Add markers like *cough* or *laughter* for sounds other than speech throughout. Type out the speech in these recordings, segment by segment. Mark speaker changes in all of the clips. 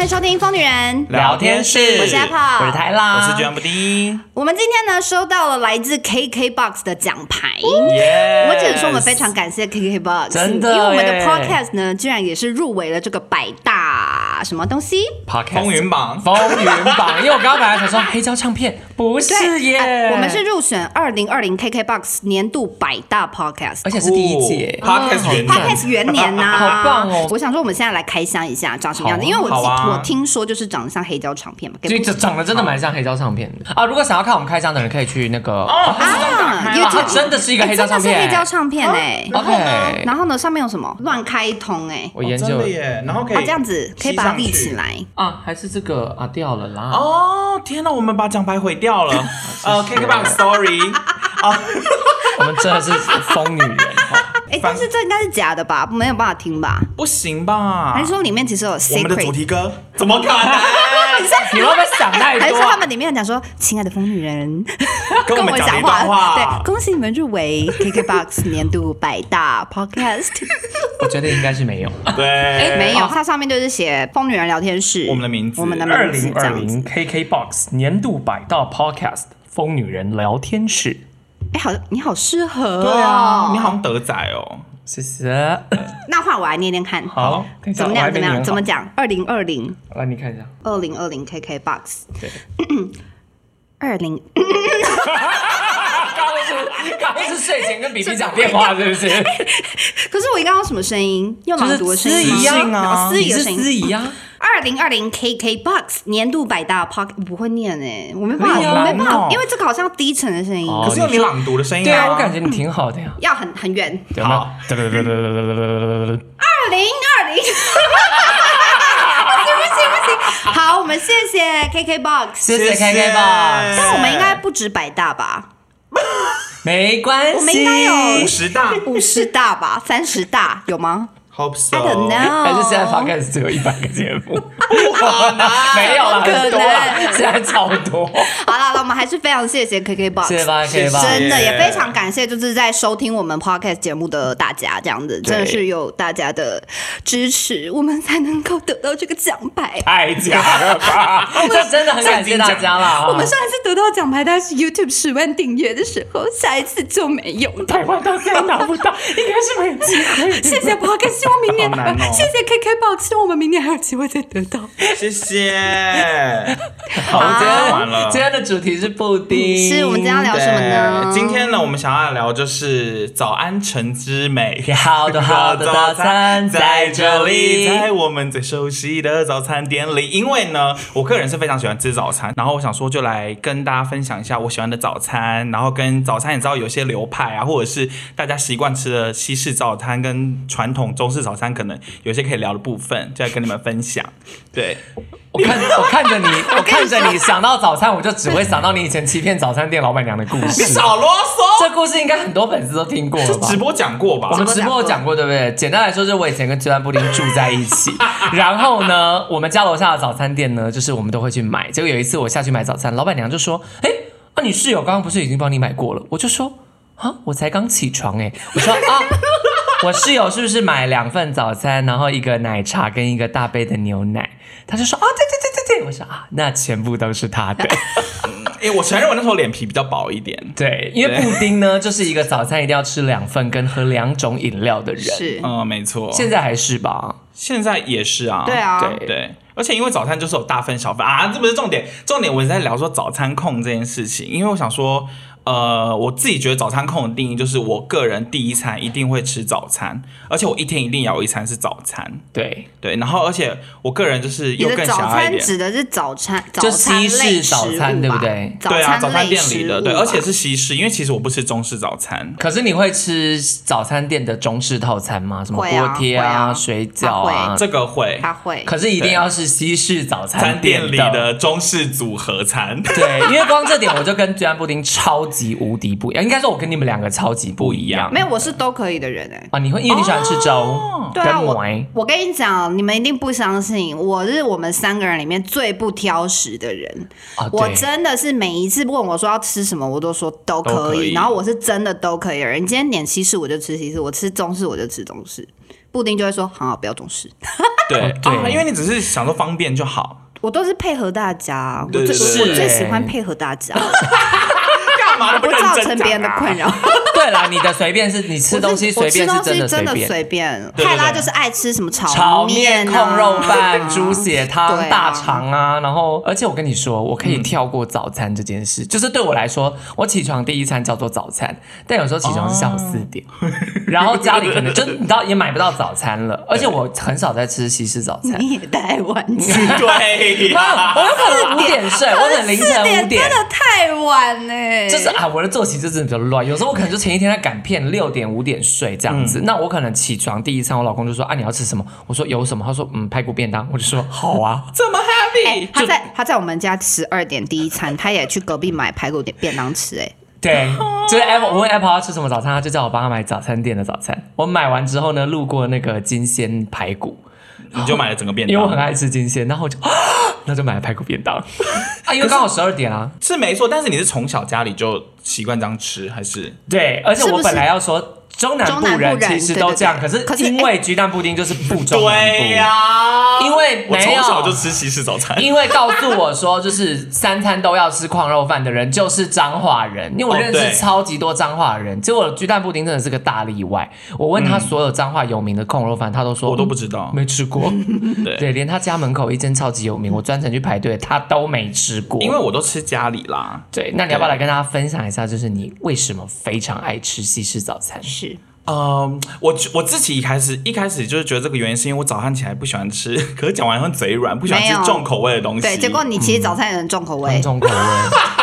Speaker 1: 迎收听《疯女人》，
Speaker 2: 聊天室，
Speaker 1: 我是 Apple
Speaker 2: 我是泰拉，
Speaker 3: 我是居安布丁，
Speaker 1: 我们今天呢收到了来自 KKBOX 的奖牌。
Speaker 3: 耶！
Speaker 1: 我只能说，我们非常感谢 KKBOX，
Speaker 2: 真的
Speaker 1: 因为我们的
Speaker 2: 耶
Speaker 1: Podcast 呢，居然也是入围了这个百大什么东西。
Speaker 2: Podcast
Speaker 3: 风云榜，
Speaker 2: 风云榜，因为我刚刚本来想说黑胶唱片，不是耶、
Speaker 1: 呃我们是入选二零二零 KKBOX 年度百大 Podcast，
Speaker 2: 而且是第一届，
Speaker 3: 哦 Podcast 元年
Speaker 1: Podcast 元年呐、
Speaker 2: *laughs* 好棒哦
Speaker 1: 我想说，我们现在来开箱一下长什么样子，
Speaker 2: 好啊
Speaker 1: 因为我记、
Speaker 3: 好啊
Speaker 1: 我听说就是长得像黑胶唱片嘛，
Speaker 2: 就这长得真的蛮像黑胶唱片的啊！如果想要看我们开箱的人，可以去那个
Speaker 3: 哦，它自动打
Speaker 1: 啊
Speaker 3: 开了，
Speaker 2: 它真的是一个
Speaker 1: 哎
Speaker 2: 黑胶唱
Speaker 1: 真的是
Speaker 2: 片，哦
Speaker 1: 黑胶唱片哎、
Speaker 3: 然后呢
Speaker 2: OK
Speaker 1: 然后呢，上面有什么？乱开通哎、
Speaker 2: 我研
Speaker 3: 哦真
Speaker 2: 究
Speaker 3: 的耶，然后可以
Speaker 1: 哦，这样子可以把它立起来。
Speaker 2: 啊，还是这个啊掉了
Speaker 3: 吸
Speaker 2: 啦。
Speaker 3: 上去。哦，天哪，我们把奖牌毁掉
Speaker 1: *laughs*
Speaker 3: 了。呃，KKBOX Story，
Speaker 2: 我们真的是疯女
Speaker 1: *laughs*
Speaker 2: 人，哦
Speaker 1: 哎、但是这应该是假的吧？没有办法听吧？
Speaker 3: 不行吧？
Speaker 1: 还是说里面其实有
Speaker 3: 啊我们的主
Speaker 1: secret？
Speaker 3: 题歌？怎么
Speaker 1: *laughs*
Speaker 3: 可能？
Speaker 2: 你会不会想太
Speaker 1: 还是
Speaker 2: 多
Speaker 1: 说
Speaker 2: 啊？
Speaker 1: 他们里面讲说“亲爱的疯女人”，
Speaker 3: 跟我们讲了
Speaker 1: 讲
Speaker 3: 一段话
Speaker 1: 对，恭喜你们入围 KKBOX *laughs* 年度百大 Podcast。
Speaker 3: *laughs*
Speaker 1: 哎
Speaker 2: 我觉得应该是没有。
Speaker 3: 对，哦
Speaker 1: 没有，它上面就是写“疯女人聊天室”，
Speaker 3: 我们的名字
Speaker 1: 我们的
Speaker 2: 二
Speaker 1: 名字
Speaker 2: 零
Speaker 1: 这
Speaker 2: 二
Speaker 1: 样子
Speaker 2: 零。KKBOX 年度百大 Podcast 疯女人聊天室，
Speaker 1: 哎，好，你好适合。哦
Speaker 3: 对啊，你好。像德仔哦。
Speaker 2: 谢谢。
Speaker 1: 那换我来念念看。
Speaker 2: 好，等一下
Speaker 1: 怎么
Speaker 2: 我还
Speaker 1: 样？
Speaker 2: 没
Speaker 1: 怎么
Speaker 2: 粘
Speaker 1: 样？怎
Speaker 2: 好
Speaker 1: 么讲？二零二零，
Speaker 2: 来，你看一下。
Speaker 1: 二零二零 KKBOX， *clears throat*
Speaker 2: 对，
Speaker 1: 二零
Speaker 2: 刚刚是刚刚是睡前跟比比讲电话，是不是？
Speaker 1: 可是我刚刚什么声音？用朗读的声音
Speaker 3: 就
Speaker 1: 吗？
Speaker 3: 是司仪啊
Speaker 1: 哦司
Speaker 2: 你
Speaker 1: 仪的
Speaker 2: 是
Speaker 1: 声
Speaker 2: 司
Speaker 1: 音。
Speaker 2: 仪啊？
Speaker 1: 二零二零 KKBOX 年度百大 p o c k 不会念哎、我没办法，
Speaker 2: 可以啊
Speaker 1: 我没办
Speaker 3: 难
Speaker 1: 法
Speaker 3: 哦，
Speaker 1: 因为这个好像低沉的声音，
Speaker 2: 哦
Speaker 3: 可是有你朗读的声音
Speaker 2: 对啊，我感觉你挺好的呀。
Speaker 1: 要很很远。
Speaker 2: 有没有？对对对对对对对对对
Speaker 1: 二零二零，不行 *laughs* 不行不行。好，我们谢谢 KKBOX，
Speaker 2: 谢谢
Speaker 3: 谢
Speaker 2: KKBOX，
Speaker 1: 但我们应该不止百大吧？
Speaker 2: 没关系。
Speaker 1: 我们应该有
Speaker 3: 五十
Speaker 1: *laughs*
Speaker 3: 大
Speaker 1: 五十大
Speaker 2: *laughs*
Speaker 1: 吧？三十大有吗
Speaker 3: ，Hope
Speaker 1: ？I don't
Speaker 3: so。
Speaker 1: know。
Speaker 2: 还是现在 podcast 只有一百个节目？没有了，
Speaker 1: 怎么可
Speaker 2: 很多了，
Speaker 1: 能
Speaker 2: 现在超多。
Speaker 1: 好啦，那我们还是非常谢谢 KKBOX，
Speaker 2: 谢谢吧，谢谢吧。
Speaker 1: 真的
Speaker 3: 谢谢
Speaker 1: 也非常感谢，就是在收听我们 podcast 节目的大家，这样子真的是有大家的支持，我们才能够得到这个奖牌。
Speaker 2: 太假了 *laughs* 吧！这真的很感谢大家啦。
Speaker 1: 我们上一次得到奖牌，但是 YouTube 十万订阅的时候，下一次就没有了。
Speaker 2: 台湾到现在拿不到，应该是没有机会。
Speaker 1: 谢谢 Podcast，希望明年、
Speaker 3: 好难哦
Speaker 1: 谢谢 KKBox，希望我们明年还有机会再得到。
Speaker 3: 谢谢。
Speaker 2: 好，今
Speaker 3: 好
Speaker 2: 天
Speaker 3: 完了
Speaker 2: 今天的主题是布丁，
Speaker 1: 是我们今天要聊什么呢？
Speaker 3: 对今天呢，我们想要聊就是早安晨之美。
Speaker 2: 好的好的早餐在这里
Speaker 3: 在我们最熟悉的早餐店里。因为呢，我个人是非常喜欢吃早餐，然后我想说就来跟大家分享一下我喜欢的早餐，然后跟早餐你知道有些流派啊，或者是大家习惯吃的西式早餐跟传统中式早餐，可能有些可以聊的部分，就来跟你们分享。对，
Speaker 2: 我看我看
Speaker 1: *laughs*
Speaker 2: 着你，我看着你想到早餐，我就只会想到你以前欺骗早餐店老板娘的故
Speaker 3: 你
Speaker 1: *laughs*
Speaker 2: 事。
Speaker 3: 少啰嗦，
Speaker 2: 这故事应该很多粉丝都听过了吧
Speaker 3: 直？播讲过吧？
Speaker 2: 我们直播有讲过，对不对？简单来说，就是我以前跟鸡蛋布丁住在一
Speaker 3: *laughs*
Speaker 2: 起，然后呢，我们家楼下的早餐店呢，就是我们都会去买。结果有一次我下去买早餐，老板娘就说：“哎，啊，你室友刚刚不是已经帮你买过了？”我就说：“啊，我才刚起床哎、我说：“啊。”我室友是不是买两份早餐，然后一个奶茶跟一个大杯的牛奶？他就说啊，对对对对对，我说啊，那全部都是他
Speaker 3: *laughs*
Speaker 2: 的。
Speaker 3: 哎、我承认我那时候脸皮比较薄一点。
Speaker 2: 对，因为布丁呢，就是一个早餐一定要吃两份跟喝两种饮料的人。
Speaker 1: 是，
Speaker 3: 嗯，没错。
Speaker 2: 现在还是吧？
Speaker 3: 现在也是啊，
Speaker 1: 对啊
Speaker 3: 对对，而且因为早餐就是有大份小份啊，这不是重点，重点我是在聊说早餐控这件事情，因为我想说，呃，我自己觉得早餐控的定义就是我个人第一餐一定会吃早餐，而且我一天一定要有一餐是早餐，
Speaker 2: 对，
Speaker 3: 对，然后而且我个人就是
Speaker 1: 你
Speaker 3: 又
Speaker 1: 的
Speaker 3: 更
Speaker 1: 早
Speaker 3: 狭隘一
Speaker 1: 餐
Speaker 3: 点。
Speaker 1: 指的是早餐，
Speaker 2: 就
Speaker 1: 早餐
Speaker 2: 西式
Speaker 1: 类食
Speaker 2: 早餐
Speaker 1: 物
Speaker 2: 对不
Speaker 1: 吧
Speaker 2: 对
Speaker 1: 早
Speaker 3: 对啊，
Speaker 1: 餐
Speaker 3: 早餐
Speaker 1: 类
Speaker 3: 店
Speaker 1: 食
Speaker 3: 里的，
Speaker 1: 物啊
Speaker 3: 对，
Speaker 1: 吧
Speaker 3: 而且是西式，因为其实我不吃中式早餐，
Speaker 2: 可是你会吃早餐店的中式套餐吗？什么
Speaker 1: 会啊
Speaker 2: 锅贴
Speaker 1: 会啊
Speaker 2: 水饺啊
Speaker 1: 啊？
Speaker 3: 这个会，
Speaker 1: 他会。
Speaker 2: 可是一定要是西式早
Speaker 3: 餐
Speaker 2: 餐
Speaker 3: 店里
Speaker 2: 的。
Speaker 3: 的中式组合餐，
Speaker 2: 对，因为光这点我就跟居然布丁超级无敌不一样，应该说我跟你们两个超级不一样。
Speaker 1: 没有，我是都可以的人哎、
Speaker 2: 啊，你会因为你喜欢吃粥
Speaker 1: 对
Speaker 2: 跟
Speaker 1: 啊，我
Speaker 2: 糜，
Speaker 1: 我跟你讲，你们一定不相信，我是我们三个人里面最不挑食的人。
Speaker 2: 啊
Speaker 1: 我
Speaker 2: 对
Speaker 1: 真的是每一次问我说要吃什么，我都说都可以。
Speaker 3: 都可以
Speaker 1: 然后我是真的都可以的人。你今天点西式我就吃西式，我吃中式我就吃中式。布丁就会说：“好、不要中式。”
Speaker 3: 对
Speaker 2: 对
Speaker 3: 啊因为你只是想说方便就好，
Speaker 1: 我都是配合大家，我最
Speaker 3: 对对
Speaker 2: 对
Speaker 1: 我最喜
Speaker 2: 是
Speaker 1: 欢配合大
Speaker 2: *laughs*
Speaker 1: 家，
Speaker 3: 干嘛
Speaker 1: 我
Speaker 3: 都
Speaker 1: 不
Speaker 3: 认
Speaker 1: 造
Speaker 3: 真
Speaker 1: 成别人的
Speaker 3: 讲啊
Speaker 1: 困扰。
Speaker 2: 对啦，你的随便是你吃东西
Speaker 1: 我
Speaker 2: 随
Speaker 1: 是
Speaker 2: 便
Speaker 1: 我
Speaker 2: 是
Speaker 1: 吃东
Speaker 2: 真
Speaker 1: 西
Speaker 2: 的随
Speaker 1: 真的
Speaker 2: 便。
Speaker 1: 随便，
Speaker 3: 对对
Speaker 1: 泰拉
Speaker 3: 对
Speaker 1: 就是爱吃什么
Speaker 2: *laughs* 炒面、
Speaker 1: 面、啊
Speaker 2: 控肉饭、猪血汤、
Speaker 1: 对啊
Speaker 2: 大肠啊，然后，而且我跟你说，我可以跳过早餐这件事，就是对我来说，我起床第一餐叫做早餐，但有时候起床是下午四点，
Speaker 1: *laughs*
Speaker 2: 然后家里可能就你知道也买不到早餐了，而且我很少在吃西式早餐，
Speaker 1: *laughs* 你也太晚起，
Speaker 3: 对
Speaker 2: 啊
Speaker 3: 呀，。
Speaker 2: 我有可能五点睡，我可能凌晨
Speaker 1: 四
Speaker 2: 五
Speaker 1: 点真的太晚呢，
Speaker 2: 就是啊，我的作息就真的比较乱。有时候我可能就前一天在赶片，六点五点睡这样子。那我可能起床第一餐，我老公就说啊你要吃什么？我说有什么？他说嗯排骨便当。我就说好啊
Speaker 3: 这么
Speaker 1: 哎
Speaker 3: happy，
Speaker 1: 他在他在我们家十二点第一餐，他也去隔壁买排骨点便当吃，哎，
Speaker 2: 对，就是 Apple，我问 Apple 要吃什么早餐，他就叫我帮他买早餐店的早餐。我买完之后呢，路过那个金鲜排骨，
Speaker 3: *laughs* 你就买了整个便
Speaker 2: 因为我很
Speaker 3: 当。
Speaker 2: 爱吃金鲜，然后我就、啊、那就买了排骨便 *laughs* 当啊，因为刚好十二点啊。
Speaker 3: 是没错，但是你是从小家里就习惯这样吃，还是
Speaker 2: 对，而且
Speaker 1: 是不
Speaker 2: 我
Speaker 1: 是
Speaker 2: 本来要说。中南
Speaker 1: 中
Speaker 2: 部
Speaker 1: 南部
Speaker 2: 人
Speaker 1: 人
Speaker 2: 其实都
Speaker 1: 对对
Speaker 2: 这样，
Speaker 1: 对
Speaker 2: 可
Speaker 1: 可
Speaker 2: 是
Speaker 1: 是
Speaker 2: 因
Speaker 1: 哎
Speaker 2: 为鸡蛋布丁就是不中南部，
Speaker 3: 对呀？
Speaker 2: 因为
Speaker 3: 啊我
Speaker 2: 没
Speaker 3: 从小就
Speaker 2: 有，
Speaker 3: 吃西式早餐，
Speaker 2: *laughs* 因为告诉我说，就是三餐都要吃矿肉饭的人就是彰化人，因为我
Speaker 3: 哦
Speaker 2: 认
Speaker 3: 对
Speaker 2: 识超级多彰化人。结果鸡蛋布丁真的是个大例外。我问他所有彰化有名的矿肉饭，他都
Speaker 3: 嗯
Speaker 2: 说
Speaker 3: 我都不知道
Speaker 2: 嗯。没吃过。
Speaker 3: *laughs* 对
Speaker 2: 对，连他家门口一间超级有名，我专程去排队，他都没吃过。
Speaker 3: 因为啊我都吃家里啦。
Speaker 2: 对，那你要不要来跟大家分享一下，就是你为什么非常爱吃西式早餐？
Speaker 1: 是
Speaker 3: 嗯，我我自己一开始一开始就是觉得这个原因是因为我早上起来不喜欢吃， *laughs* 可是讲完会嘴软，不喜欢
Speaker 1: 没有
Speaker 3: 吃重口味的东西。
Speaker 1: 对，结果你其实早餐也很重口味
Speaker 2: 两，种口味，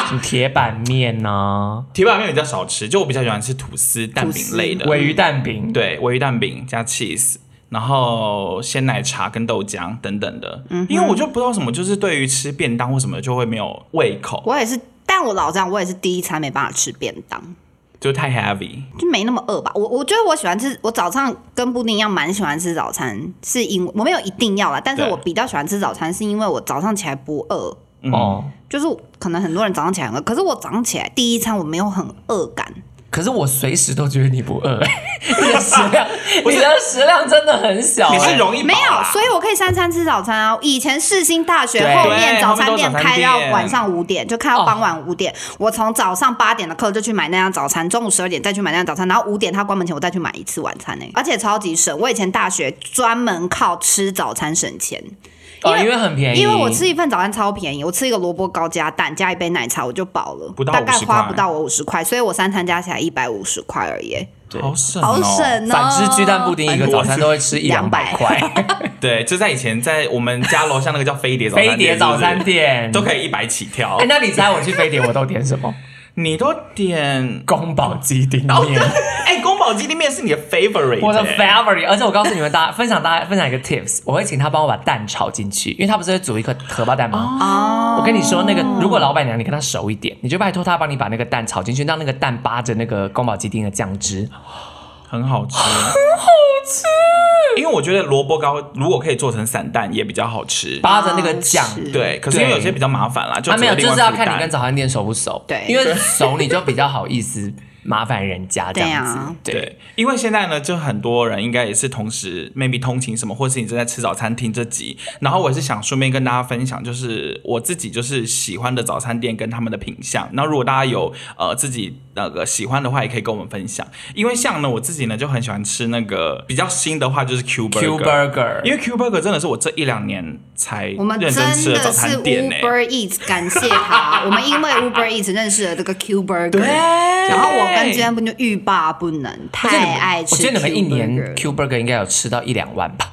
Speaker 2: 什么铁板面啊
Speaker 3: *laughs*
Speaker 2: 呐、
Speaker 3: 铁板面比较少吃，就我比较喜欢吃吐司、蛋饼类的，
Speaker 2: 啊，尾鱼蛋饼，
Speaker 3: 对，鲔鱼蛋饼加 cheese，然后鲜奶茶跟豆浆等等的。
Speaker 1: 嗯
Speaker 3: 因为我就不知道什么，就是对于吃便当或什么就会没有胃口，
Speaker 1: 我也是，但我老这样，我也是第一餐没办法吃便当，
Speaker 3: 就太 heavy。
Speaker 1: 就没那么饿吧。我我觉得我喜欢吃，我早上跟布丁一样蛮喜欢吃早餐，是因为我没有一定要啦，但是
Speaker 3: 对
Speaker 1: 我比较喜欢吃早餐，是因为我早上起来不饿。
Speaker 3: 嗯
Speaker 2: 哦。
Speaker 1: 就是可能很多人早上起来很饿，可是我早上起来第一餐我没有很饿感，
Speaker 2: 可是我随时都觉得你不饿、你的食量，
Speaker 3: 不
Speaker 2: 你
Speaker 3: 是
Speaker 2: 的食量真的很小、
Speaker 3: 你是
Speaker 2: 哎
Speaker 3: 容易
Speaker 1: 没
Speaker 3: 饱
Speaker 1: 有
Speaker 3: 啦，
Speaker 1: 所以我可以三餐吃早餐啊。以前世新大学
Speaker 2: 对
Speaker 1: 后面
Speaker 3: 对
Speaker 1: 早餐店
Speaker 3: 后面都有早餐
Speaker 1: 开到
Speaker 3: 店
Speaker 1: 晚上五点，就开
Speaker 2: 哦
Speaker 1: 到傍晚五点。我从早上八点的课就去买那样早餐，中午十二点再去买那样早餐，然后五点他关门前我再去买一次晚餐呢、而且超级省。我以前大学专门靠吃早餐省钱，
Speaker 2: 哦，因为很便宜，
Speaker 1: 因为我吃一份早餐超便宜，我吃一个萝卜糕加蛋加一杯奶茶我就饱了
Speaker 3: 不，到
Speaker 1: 大概
Speaker 3: 50
Speaker 1: 花
Speaker 3: 块
Speaker 1: 不到我五十块，所以我三餐加起来一百五十块而已欸。
Speaker 3: 好省、哦，
Speaker 1: 好。省哦！
Speaker 2: 反之鸡蛋布丁一个早餐都会吃一两
Speaker 1: 两
Speaker 2: 百
Speaker 1: 百
Speaker 2: 块，
Speaker 3: 对，就在以前，在我们家楼下那个叫飞碟早餐店，
Speaker 2: 飞碟早餐
Speaker 3: 是不是
Speaker 2: 店
Speaker 3: 都可以一百起跳。
Speaker 2: 哎、那你猜我去飞碟我都点什么？
Speaker 3: 你都点
Speaker 2: 宫保鸡丁
Speaker 3: 哦，对
Speaker 2: 面。
Speaker 3: 哎，宫保鸡丁面是你的 favorite，
Speaker 2: 我的
Speaker 3: 哎
Speaker 2: favorite，而且我告诉你们大家，分享大家分享一个 tips，我会请他帮我把蛋炒进去，因为他不是会煮一颗荷包蛋吗？
Speaker 1: 哦，
Speaker 2: 我跟你说，那个如果老板娘你跟她熟一点，你就拜托她帮你把那个蛋炒进去，让那个蛋扒着那个宫保鸡丁的酱汁。
Speaker 3: 很好吃，很好吃。因为我觉得萝卜糕如果可以做成散蛋也比较好吃，
Speaker 2: 扒着那个酱，
Speaker 1: 哦是
Speaker 3: 对。可是因为
Speaker 2: 对
Speaker 3: 有些比较麻烦啦，就
Speaker 2: 嗯啊，没有，
Speaker 3: 只能
Speaker 2: 就是
Speaker 3: 另外
Speaker 2: 要
Speaker 3: 负
Speaker 2: 看你
Speaker 3: 担
Speaker 2: 跟早餐店熟不熟。
Speaker 1: 对
Speaker 2: 因为熟你就比较好意思麻烦人家这样
Speaker 1: 对
Speaker 2: 子
Speaker 1: 啊。
Speaker 2: 对，
Speaker 3: 对，因为现在呢，就很多人应该也是同时 maybe 通勤什么，或是你正在吃早餐听这集，然后我也是想顺便跟大家分享，就是我自己就是喜欢的早餐店跟他们的品相。那如果大家有呃自己那个喜欢的话，也可以跟我们分享。因为像呢，我自己呢就很喜欢吃那个比较新的话，就是 Q Burger。
Speaker 2: Q
Speaker 3: 因
Speaker 2: Burger，
Speaker 3: 为 Q Burger 真的是我这一两年才
Speaker 1: 我们
Speaker 3: 认
Speaker 1: 真
Speaker 3: 真
Speaker 1: 的
Speaker 3: 吃
Speaker 1: 是
Speaker 3: 的早餐店呢、
Speaker 1: Uber Eats 感谢
Speaker 3: *laughs*
Speaker 1: 他，我们因为 Uber Eats 认识了这个 Q Burger，然后我跟娟不就欲罢不能，太爱吃
Speaker 2: 我
Speaker 1: Q Burger
Speaker 2: 觉得
Speaker 1: 了。
Speaker 2: 你们一年 Q Burger 应该有吃到一两万吧，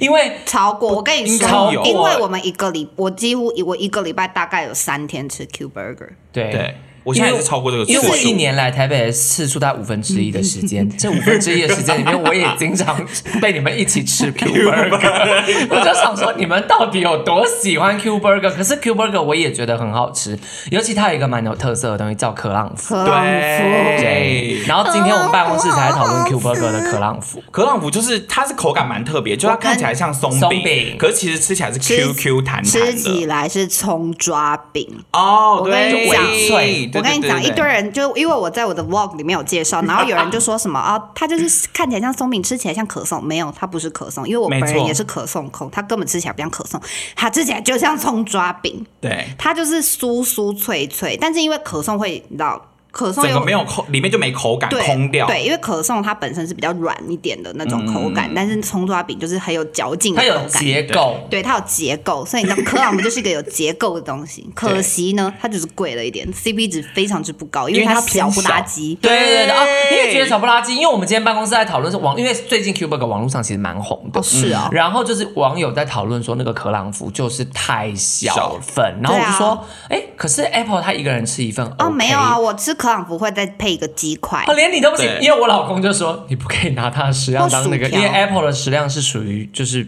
Speaker 2: 因为
Speaker 1: 超过，我跟你
Speaker 3: 应该
Speaker 1: 说
Speaker 3: 有，啊
Speaker 1: 因为我们一个礼，我几乎我一个礼拜大概有三天吃 Q Burger，
Speaker 3: *laughs* 对，我现在也是超过这个次
Speaker 2: 因为我一
Speaker 3: 数。
Speaker 2: 年来台北的次数大概五分之一的时
Speaker 1: *laughs*
Speaker 2: 间，这五分之一的时间里面，我也
Speaker 3: *laughs*
Speaker 2: 经常被你们一起吃 Q Burger，我就想说你们到底有多喜欢 Q Burger？可是 Q Burger 我也觉得很好吃，尤其它有一个蛮有特色的东西叫可朗福。
Speaker 1: 可朗
Speaker 3: 对
Speaker 1: 福。哎
Speaker 2: 对，然后今天我们办公室才讨
Speaker 1: 哦
Speaker 2: 论 Q Burger 的可朗福，
Speaker 3: 可朗福就是它是口感蛮特别，就它
Speaker 1: 我跟
Speaker 3: 看起来像松
Speaker 2: 松
Speaker 3: 饼
Speaker 2: 饼，
Speaker 3: 可是其实吃起来是 Q Q 弹弹
Speaker 1: 吃起
Speaker 3: 的
Speaker 1: 来是葱抓饼，
Speaker 3: 哦，
Speaker 1: 我跟
Speaker 3: 对，
Speaker 1: 你讲
Speaker 2: 脆
Speaker 3: 对
Speaker 1: 我跟你讲，
Speaker 3: 对对对
Speaker 1: 一堆人就因为我在我的 vlog 里面有介绍，然后有人就说什么
Speaker 3: *laughs*
Speaker 1: 啊，它就是看起来像松饼，吃起来像可颂，没有，它不是可颂，因为我本
Speaker 3: 没错
Speaker 1: 人也是可颂控，它根本吃起来不像可颂，它吃起来就像葱抓饼，
Speaker 3: 对，
Speaker 1: 它就是酥酥脆脆，但是因为可颂会，你知道，可颂
Speaker 3: 整个
Speaker 1: 有
Speaker 3: 没有口，里面就没口感，
Speaker 1: 对
Speaker 3: 空掉。
Speaker 1: 对，因为可颂它本身是比较软一点的那种口
Speaker 3: 嗯
Speaker 1: 感，但是葱抓饼就是很有嚼劲的
Speaker 2: 它有
Speaker 1: 口感。
Speaker 2: 结构，
Speaker 1: 对，它有结构，所以你
Speaker 3: *laughs*
Speaker 1: 知道科朗不就是一个有结构的东西？可惜呢，它就是贵了一点，CP 值非常之不高，因
Speaker 3: 因为它
Speaker 1: 它
Speaker 3: 偏
Speaker 1: 小不
Speaker 3: 小
Speaker 1: 拉几。
Speaker 2: 对对对对啊！
Speaker 3: 对
Speaker 2: 你也觉得小不拉几？因为我们今天办公室在讨论是网，因为最近 Cubic 网络上其实蛮红的嗯
Speaker 1: 哦，。是哦，
Speaker 2: 然后就是网友在讨论说，那个可朗福就是太小份，然后我就说，哎、可是 Apple 他一个人吃一份 OK,
Speaker 1: 啊哦，没有啊，我吃可朗福会再配一个鸡块
Speaker 2: 哦，，连你都不行
Speaker 3: 对，
Speaker 2: 因为我老公就说你不可以拿它的食量当那个，
Speaker 1: 或薯条
Speaker 2: 因为 Apple 的食量是属于就是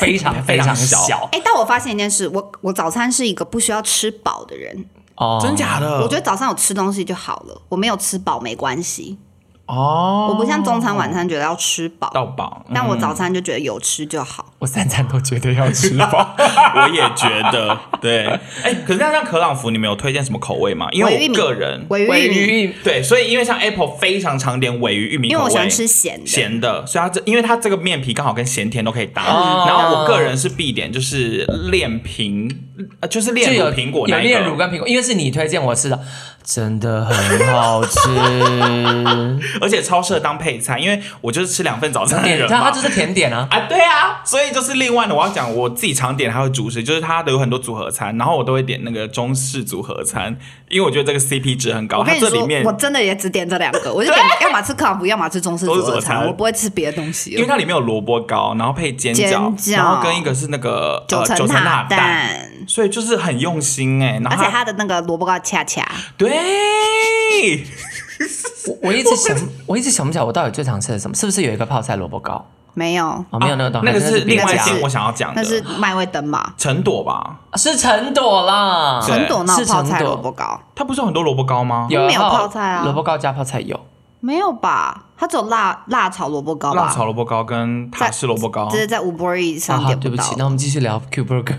Speaker 2: 非常非
Speaker 3: 非常
Speaker 2: 常小
Speaker 1: 哎、但我发现一件事，我我早餐是一个不需要吃饱的人，
Speaker 3: *laughs*
Speaker 2: 哦，
Speaker 3: 真假的？
Speaker 1: 我觉得早上有吃东西就好了，我没有吃饱没关系，
Speaker 3: 哦，
Speaker 1: 我不像中餐晚餐觉得要吃饱，
Speaker 3: 到
Speaker 1: *laughs*
Speaker 3: 饱，嗯
Speaker 1: 但我早餐就觉得有吃就好。
Speaker 2: 我三餐都觉得要吃饱，
Speaker 3: 我也觉得，
Speaker 1: *laughs*
Speaker 3: 对。哎、可是那像可朗福，你们有推荐什么口味吗？因
Speaker 1: 尾
Speaker 3: 为
Speaker 1: 鱼
Speaker 3: 我
Speaker 1: 米
Speaker 3: 个人
Speaker 1: 尾
Speaker 2: 尾
Speaker 1: 鱼玉米，
Speaker 2: 鱼
Speaker 3: 对，所以因为像 Apple 非常常点尾鱼玉米
Speaker 1: 因
Speaker 3: 口
Speaker 1: 为我
Speaker 3: 味，
Speaker 1: 喜欢吃咸的，
Speaker 3: 咸的，所以它这因为它这个面皮刚好跟咸甜都可以搭。
Speaker 2: 哦
Speaker 3: 然后我个人是必点，就是炼苹，呃，就是
Speaker 2: 就
Speaker 3: 炼
Speaker 2: 有
Speaker 3: 乳苹果
Speaker 2: 有
Speaker 3: 那一
Speaker 2: 炼乳
Speaker 3: 个，
Speaker 2: 跟苹果，因为是你推荐我吃的，真的很
Speaker 3: *laughs*
Speaker 2: 好吃。
Speaker 3: 而且超适合当配菜，因为我就是吃两份早餐的
Speaker 2: 点
Speaker 3: 人
Speaker 2: 它它
Speaker 3: 嘛
Speaker 2: 就。是甜点啊，
Speaker 3: 啊，对啊，所以就是另外呢，我要讲我自己常点它的主食，就是它的有很多组合餐，然后我都会点那个中式组合餐，因为我觉得这个 CP 值很高。
Speaker 1: 我
Speaker 3: 它
Speaker 1: 跟你
Speaker 3: 这
Speaker 1: 说
Speaker 3: 里面，
Speaker 1: 我真的也只点这两个，我就点要么吃克朗普，要么吃中式
Speaker 3: 都
Speaker 1: 佐
Speaker 3: 是佐
Speaker 1: 合
Speaker 3: 餐
Speaker 1: 餐，我不会吃别的东西
Speaker 3: 因为
Speaker 1: 了。
Speaker 3: 它里面有萝卜糕，然后配煎饺，
Speaker 1: 煎饺
Speaker 3: 然后跟一个是那个
Speaker 1: 九
Speaker 3: 呃、
Speaker 1: 层
Speaker 3: 九层塔
Speaker 1: 塔
Speaker 3: 蛋，
Speaker 1: 蛋，
Speaker 3: 所以就是很用心哎、然
Speaker 1: 而
Speaker 3: 后
Speaker 1: 且它的那个萝卜糕恰恰，
Speaker 3: 对，
Speaker 2: 我我一直想，我一直想不起来我到底最常吃的是什么，是不是有一个泡菜萝卜糕？
Speaker 1: 没有，
Speaker 2: 哦，没有那个东西，
Speaker 3: 啊那个是另外一
Speaker 1: 那个
Speaker 3: 件
Speaker 1: 是
Speaker 3: 我想要讲的，
Speaker 1: 那是麦味登吧？
Speaker 3: 陈朵吧？
Speaker 2: 啊是陈朵啦，
Speaker 3: 对
Speaker 1: 陈朵那
Speaker 2: 是
Speaker 1: 种泡菜
Speaker 2: 陈朵
Speaker 1: 萝卜糕
Speaker 3: 它不是有很多萝卜糕吗？
Speaker 2: 有
Speaker 1: 没有
Speaker 2: 然后
Speaker 1: 泡菜啊
Speaker 2: 萝卜糕加泡菜有，
Speaker 1: 没有吧？它只有辣辣炒萝卜糕
Speaker 3: 辣
Speaker 1: 吧？
Speaker 3: 炒萝卜糕跟塔式萝卜糕
Speaker 1: 这，是在 Uber Eats
Speaker 2: 啊
Speaker 1: 上
Speaker 2: 好，
Speaker 1: 点
Speaker 2: 对不
Speaker 1: 到
Speaker 2: 起，。那我们继续聊 Q Burger。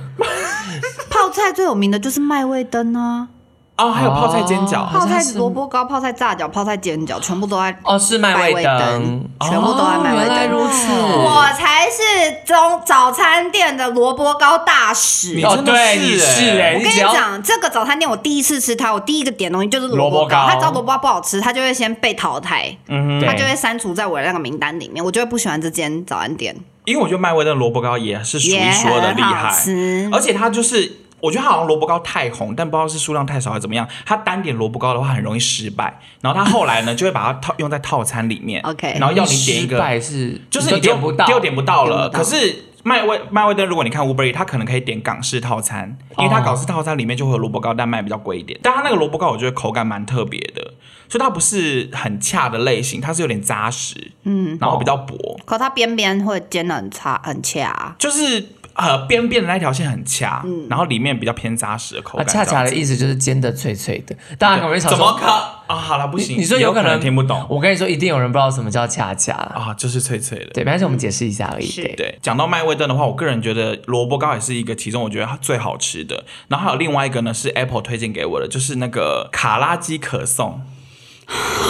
Speaker 1: 泡菜最有名的就是麦味登啊，
Speaker 3: 哦，还有泡菜煎
Speaker 2: 哦
Speaker 3: 饺，
Speaker 1: 泡
Speaker 2: 好像
Speaker 1: 菜
Speaker 2: 是
Speaker 1: 萝卜糕、泡菜炸饺、泡菜煎饺，全部都在。
Speaker 2: 哦，是麦
Speaker 1: 麦
Speaker 2: 味登，
Speaker 1: 味登全部都在麦味登
Speaker 2: 哦原来如此，
Speaker 1: 我才是中早餐店的萝卜糕大使。
Speaker 3: 你
Speaker 2: 哦，
Speaker 3: 真的
Speaker 2: 对，
Speaker 3: 是
Speaker 2: 你
Speaker 3: 欸
Speaker 2: 是哎，
Speaker 1: 我跟
Speaker 2: 只
Speaker 1: 你
Speaker 2: 要
Speaker 1: 讲，这个早餐店我第一次吃它，我第一个点的东西就是萝
Speaker 2: 萝
Speaker 1: 卜
Speaker 2: 卜糕
Speaker 1: 糕。它只要萝卜糕不好吃，它就会先被淘汰，
Speaker 3: 嗯
Speaker 1: 它
Speaker 3: 哼，
Speaker 1: 就会删除在我的那个名单里面，我就会不喜欢这间早餐店，
Speaker 3: 因为我觉得麦味的萝卜糕也是数
Speaker 1: 也
Speaker 3: 一数二的
Speaker 1: 很
Speaker 3: 厉
Speaker 1: 好
Speaker 3: 害，
Speaker 1: 吃。
Speaker 3: 而且它就是。我觉得它好像萝卜糕太红，但不知道是数量太少还是怎么样。它单点萝卜糕的话很容易失败，然后它后来呢就会把它套用在套餐里面
Speaker 1: OK
Speaker 3: 然后要你点一
Speaker 2: 失
Speaker 3: 个，
Speaker 2: 败是
Speaker 3: 就是
Speaker 2: 你
Speaker 3: 你
Speaker 2: 都点不到，
Speaker 3: 又点不到了。
Speaker 1: 点不
Speaker 3: 可
Speaker 1: 到
Speaker 3: 是麦味麦味登，如果你看 Uber，Eats，它可能可以点港式套餐，因为它
Speaker 2: 哦
Speaker 3: 港式套餐里面就会有萝卜糕，但卖比较贵一点。但它那个萝卜糕我觉得口感蛮特别的，所以它不是很恰的类型，它是有点扎实，嗯，然后比较薄，
Speaker 1: 可它边边会煎的很差很恰啊，
Speaker 3: 就是呃边边的那条线很恰，然后里面比较偏扎实的口
Speaker 2: 嗯啊，
Speaker 3: 感。
Speaker 2: 恰恰的意思就是煎的脆脆的，大家可能会想
Speaker 3: 怎么
Speaker 2: 说，
Speaker 3: 可啊？好了，不行，
Speaker 2: 你说
Speaker 3: 有
Speaker 2: 可
Speaker 3: 能听不懂
Speaker 2: 我跟你说，一定有人不知道什么叫恰恰，
Speaker 3: 啊，就是脆脆的。
Speaker 2: 对，没关系，我们解释一下而已。
Speaker 1: 是
Speaker 2: 对，
Speaker 3: 对，讲到麦味登的话，我个人觉得萝卜糕也是一个其中我觉得最好吃的。然后还有另外一个呢，是 Apple 推荐给我的，就是那个卡拉鸡可颂。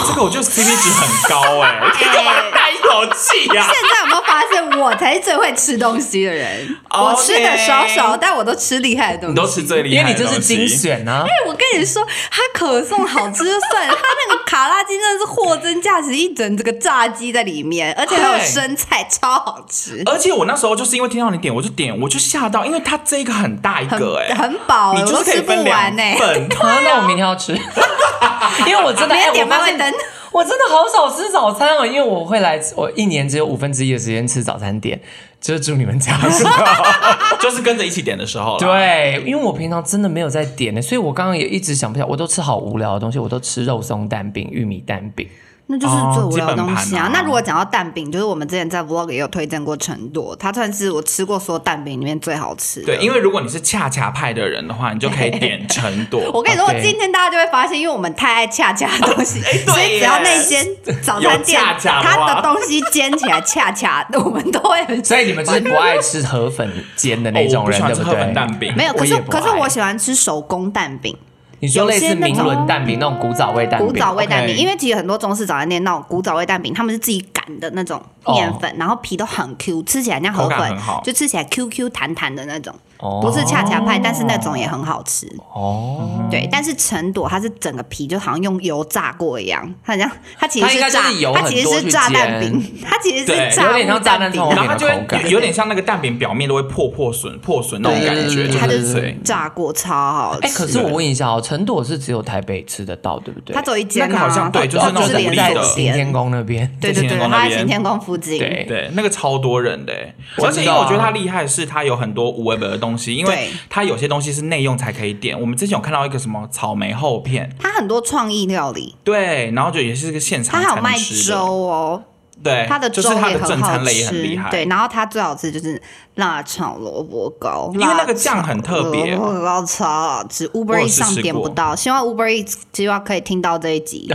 Speaker 3: 这个我觉得 CP 值很高哎、欸，这干嘛 *laughs* 叹一口气呀、
Speaker 1: 现在有没有发现我才是最会吃东西的人？
Speaker 3: OK
Speaker 1: 我吃的少少，但我都吃厉害的东西。
Speaker 3: 你都吃最厉
Speaker 2: 因
Speaker 3: 害
Speaker 2: 为
Speaker 3: 的
Speaker 2: 你这
Speaker 3: 东西，
Speaker 2: 是精选啊，
Speaker 1: 我跟你说，它可颂好吃就算了，它那个卡拉鸡真的是货真价实，一整这个炸鸡在里面，而且还有生菜，超好
Speaker 3: *laughs*
Speaker 1: 吃，
Speaker 3: 而且我那时候就是因为听到你点，我就点，我就吓到，因为它这个很大一
Speaker 1: 很
Speaker 3: 个哎、
Speaker 1: 很饱，
Speaker 3: 你
Speaker 1: 我
Speaker 3: 就是
Speaker 1: 都
Speaker 3: 可以
Speaker 1: 吃不
Speaker 3: 分两
Speaker 1: 完欸呢、
Speaker 3: 份。 *laughs*
Speaker 2: 啊，那我明天要
Speaker 1: *laughs*
Speaker 2: 吃，因为我真的
Speaker 1: 明天
Speaker 2: 哎，我
Speaker 1: 点麦
Speaker 2: 发
Speaker 1: 味
Speaker 2: 现
Speaker 1: 登。
Speaker 2: 我真的好少吃早餐哦，因为我会来，我一年只有五分之一的时间吃早餐店，就是住你们家的时候。
Speaker 3: *laughs* 就是跟着一起点的时候啦，
Speaker 2: 对，因为我平常真的没有在点的，所以我刚刚也一直想不起来，我都吃好无聊的东西，我都吃肉松蛋饼、玉米蛋饼。
Speaker 1: 那就是最无聊的东
Speaker 3: 哦基
Speaker 1: 西
Speaker 3: 本盘
Speaker 1: 啊
Speaker 3: 啊！
Speaker 1: 那如果讲到蛋饼，就是我们之前在 vlog 也有推荐过陈朵，它算是我吃过所有蛋饼里面最好吃的。
Speaker 3: 对，因为如果你是恰恰派的人的话，你就可以点成朵。
Speaker 1: *laughs* 我跟你说
Speaker 2: 哦，对
Speaker 1: 今天大家就会发现，因为我们太爱恰恰的东
Speaker 3: *laughs*
Speaker 1: 西，所以只要那间早餐店
Speaker 3: 啊有恰恰的话
Speaker 1: 它的东西煎起来恰恰，我们都会很喜
Speaker 2: 所以你们就是不爱吃河粉煎的那种人，
Speaker 3: 哦我不喜欢
Speaker 2: 对
Speaker 3: 吃
Speaker 2: 不
Speaker 3: 河
Speaker 2: 对
Speaker 3: 粉？蛋饼，
Speaker 1: 没有，可
Speaker 2: 我
Speaker 1: 是
Speaker 2: 也不
Speaker 1: 可是
Speaker 2: 爱
Speaker 1: 我喜欢吃手工蛋饼，
Speaker 2: 你说类
Speaker 1: 有
Speaker 2: 似
Speaker 1: 些那
Speaker 2: 明
Speaker 1: 种
Speaker 2: 伦蛋饼那种古早味蛋饼，
Speaker 1: 古早味蛋饼，因
Speaker 2: 为
Speaker 1: 为其实很多中式早餐店那种古早味蛋饼，他们是自己擀的那种面粉，然后皮都很 Q，吃起来像河
Speaker 3: 口感
Speaker 1: 粉
Speaker 3: 很好，
Speaker 1: 就吃起来 Q Q 弹弹的那种，
Speaker 2: 不
Speaker 1: 不是恰恰派，但是那种也很好吃。
Speaker 2: 哦，
Speaker 1: 对，但是陈朵它是整个皮就好像用油炸过一样，它很像它其实
Speaker 2: 它应该
Speaker 1: 炸
Speaker 2: 就是油，
Speaker 1: 它其
Speaker 2: 很多
Speaker 1: 实
Speaker 2: 去
Speaker 1: 是炸
Speaker 2: 煎
Speaker 1: 蛋饼，它其实
Speaker 3: 对
Speaker 1: 是炸
Speaker 2: 有点
Speaker 1: 物
Speaker 2: 像炸
Speaker 1: 蛋
Speaker 2: 弹
Speaker 1: 饼
Speaker 2: 筒
Speaker 1: 啊
Speaker 3: 然后它就
Speaker 2: 口
Speaker 3: 会
Speaker 2: 感
Speaker 3: 有有点像那个蛋饼表面都会破破损破损那种感觉，
Speaker 2: 对对对
Speaker 3: 就
Speaker 1: 它就
Speaker 3: 很
Speaker 2: 对对
Speaker 3: 脆
Speaker 1: 是。炸过超好
Speaker 2: 哎，
Speaker 1: 吃。
Speaker 2: 可是我问一下哦，陈朵是只有台北吃得到，对不对？
Speaker 1: 它只有一间
Speaker 3: 那个
Speaker 1: 啊，
Speaker 3: 好像对就是
Speaker 1: 它
Speaker 2: 哦
Speaker 3: 那种
Speaker 1: 连
Speaker 3: 独立
Speaker 1: 锁
Speaker 2: 在
Speaker 3: 的
Speaker 2: 行天
Speaker 1: 店，
Speaker 2: 宫那边，
Speaker 1: 对
Speaker 3: 在
Speaker 1: 对
Speaker 3: 行天
Speaker 1: 对，
Speaker 3: 宫那
Speaker 1: 它在
Speaker 3: 边
Speaker 1: 行天宫附近。
Speaker 2: 对
Speaker 3: 对，那个超多人的、欸，
Speaker 2: 我
Speaker 3: 而
Speaker 2: 知
Speaker 3: 且因
Speaker 2: 道
Speaker 3: 为
Speaker 2: 啊
Speaker 3: 我觉得它厉害的是它有很多无为本的东西，因为
Speaker 1: 对
Speaker 3: 它有些东西是内用才可以点。我们之前有看到一个什么草莓厚片，
Speaker 1: 它很多创意料理，
Speaker 3: 对，然后就也是个现场
Speaker 1: 它还
Speaker 3: 才
Speaker 1: 有
Speaker 3: 能
Speaker 1: 卖
Speaker 3: 吃
Speaker 1: 粥
Speaker 3: 的，
Speaker 1: 哦，
Speaker 3: 对，
Speaker 1: 它的
Speaker 3: 就
Speaker 1: 粥
Speaker 3: 是它的
Speaker 1: 很
Speaker 3: 正餐
Speaker 1: 好
Speaker 3: 类也很厉
Speaker 1: 吃
Speaker 3: 害，。
Speaker 1: 对，然后它最好吃就是辣炒萝卜糕，
Speaker 3: 因为那个酱很特别
Speaker 1: 辣炒
Speaker 3: 啊
Speaker 1: 萝卜糕超好吃
Speaker 3: 我
Speaker 1: ，Uber
Speaker 3: 有
Speaker 1: E
Speaker 3: 试
Speaker 1: 上
Speaker 3: 吃
Speaker 1: 点不
Speaker 3: 过
Speaker 1: 到，希望 Uber E 希望可以听到这一
Speaker 3: *laughs*
Speaker 1: 集。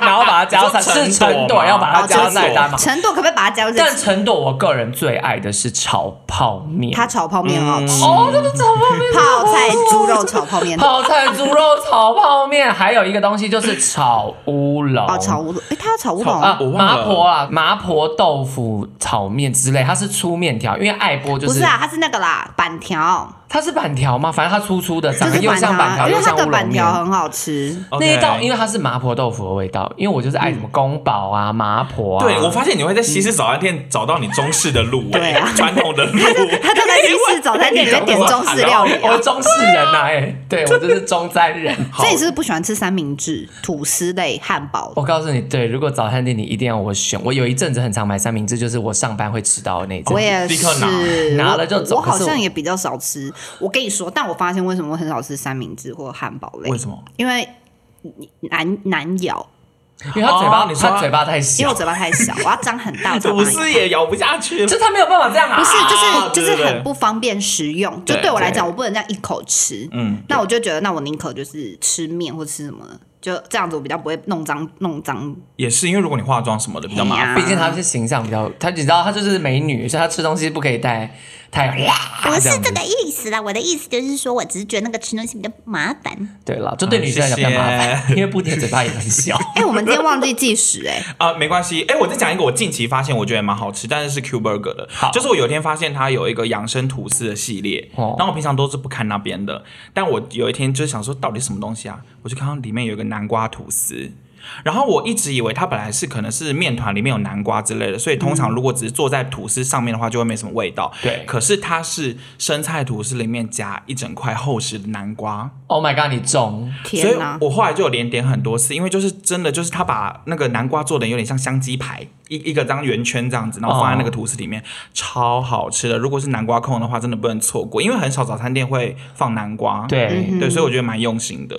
Speaker 2: 然后把它加上
Speaker 3: 你说
Speaker 2: 是
Speaker 3: 陈朵
Speaker 2: 陈朵
Speaker 3: 吗
Speaker 2: 要把它
Speaker 3: 哦
Speaker 2: 加
Speaker 3: 陈
Speaker 2: 菜
Speaker 3: 朵
Speaker 2: 单嘛？
Speaker 1: 程度可不可以把它加入这
Speaker 2: 但陈朵我个人最爱的是炒泡面，
Speaker 1: 它嗯炒泡面很好
Speaker 3: 嗯
Speaker 1: 吃，
Speaker 2: 哦，这个炒泡面
Speaker 1: 泡菜猪肉炒泡
Speaker 3: *laughs*
Speaker 1: 面，
Speaker 2: 泡菜猪肉炒泡面，还有一个东西就是炒乌龙。
Speaker 1: 哦，炒乌龙，哎，它要炒乌
Speaker 3: 炒
Speaker 1: 龙
Speaker 2: 啊，
Speaker 3: 我忘
Speaker 2: 麻
Speaker 3: 了
Speaker 2: 婆啊，麻婆豆腐炒面之类，它是粗面条，因为爱波就
Speaker 1: 不是啊，它是那个啦，板条，
Speaker 2: 它是板条嘛，反正它粗粗的，
Speaker 1: 就
Speaker 2: 长得
Speaker 1: 是
Speaker 2: 又像板
Speaker 1: 板啊
Speaker 2: 条
Speaker 1: 因
Speaker 2: 又
Speaker 1: 为它
Speaker 2: 像
Speaker 1: 的
Speaker 2: 乌龙
Speaker 1: 板
Speaker 2: 面。
Speaker 1: 条很好吃。
Speaker 2: 那一道，
Speaker 3: OK
Speaker 2: 因为它是麻婆豆腐的味道，因为我就是爱
Speaker 1: 嗯
Speaker 2: 什么宫保啊、麻婆啊。
Speaker 3: 对，我发现你会在西式早餐店找到你中式的路、欸
Speaker 1: 对啊
Speaker 3: 传统的
Speaker 1: *laughs*
Speaker 3: 路。
Speaker 1: 他都
Speaker 3: *laughs*
Speaker 1: 在西式早餐店里面点中式料理啊，
Speaker 2: 我中式人呐、啊，哎、对我就是中山人。 *laughs* 好
Speaker 1: 所以你是不是不喜欢吃三明治、吐司类汉堡？
Speaker 3: 哦
Speaker 2: 我告诉你，对，如果早餐店你一定要我选，我有一阵子很常买三明治，就是我上班会吃到的那一阵。
Speaker 1: 我也
Speaker 3: 立刻拿
Speaker 1: 是，
Speaker 2: 拿了就走
Speaker 1: 我。我
Speaker 2: 可是
Speaker 1: 好像
Speaker 2: 我
Speaker 1: 也比较少吃。我跟你说，但我发现为什么我很少吃三明治或汉堡类
Speaker 3: 为，什么？
Speaker 1: 因为难难
Speaker 3: *laughs*
Speaker 1: 咬，
Speaker 2: 因为他嘴巴，
Speaker 3: 哦你说
Speaker 2: 他嘴巴太
Speaker 1: 因为
Speaker 2: 小
Speaker 1: 我，嘴巴太小，我要张很大。我才把
Speaker 3: *laughs* 吐
Speaker 1: 它
Speaker 3: 司也咬不下去了
Speaker 2: 就。他没有办法这样啊。
Speaker 1: 不是，
Speaker 3: 啊
Speaker 1: 就是就
Speaker 3: 对
Speaker 1: 是
Speaker 3: 对对
Speaker 1: 很不方便食用。就
Speaker 3: 对
Speaker 1: 对我来
Speaker 2: 对
Speaker 1: 讲，我不能这样一口吃。
Speaker 3: 嗯，
Speaker 1: 那我就觉得，那我宁可就是吃面或吃什么，就这样子，我比较不会弄脏弄脏。
Speaker 3: 也是因为如果你化妆什么的比较麻
Speaker 1: 哎
Speaker 3: 烦。
Speaker 1: 呀
Speaker 2: *laughs* 毕竟她是形象比较，她你知道她就是美女，所以她吃东西不可以太太辣。
Speaker 3: 啊
Speaker 4: 不是
Speaker 2: 这样子
Speaker 4: 这个意思啦，我的意思就是说，我只是觉得那个吃东西比较麻烦。
Speaker 2: 对了，就对女生来讲比较麻
Speaker 3: 嗯
Speaker 2: 烦，因为布丁的嘴巴也很小。
Speaker 1: *laughs* 哎、我们今天忘记计时、哎，
Speaker 3: 啊、没关系。哎、我再讲一个，我近期发现我觉得蛮好吃，但是是 Q Burger 的。
Speaker 2: 好
Speaker 3: 就是我有一天发现它有一个养生吐司的系列，
Speaker 2: 哦
Speaker 3: 然后我平常都是不看那边的，但我有一天就是想说到底什么东西啊，我就看到里面有一个南瓜吐司。然后我一直以为它本来是可能是面团里面有南瓜之类的，所以通常如果只是坐在吐司上面的话，就会没什么味道。
Speaker 2: 嗯对
Speaker 3: 可是它是生菜吐司里面加一整块厚实的南瓜，
Speaker 2: Oh my god，你中！
Speaker 3: 所以
Speaker 1: 天哪！
Speaker 3: 我后来就有连点很多次，因为就是真的就是他把那个南瓜做的有点像香鸡排，一一个张圆圈这样子，然后放在那个吐司里面，超好吃的。如果是南瓜控的话，真的不能错过，因为很少早餐店会放南瓜。
Speaker 2: 对，嗯
Speaker 3: 对，所以我觉得蛮用心的。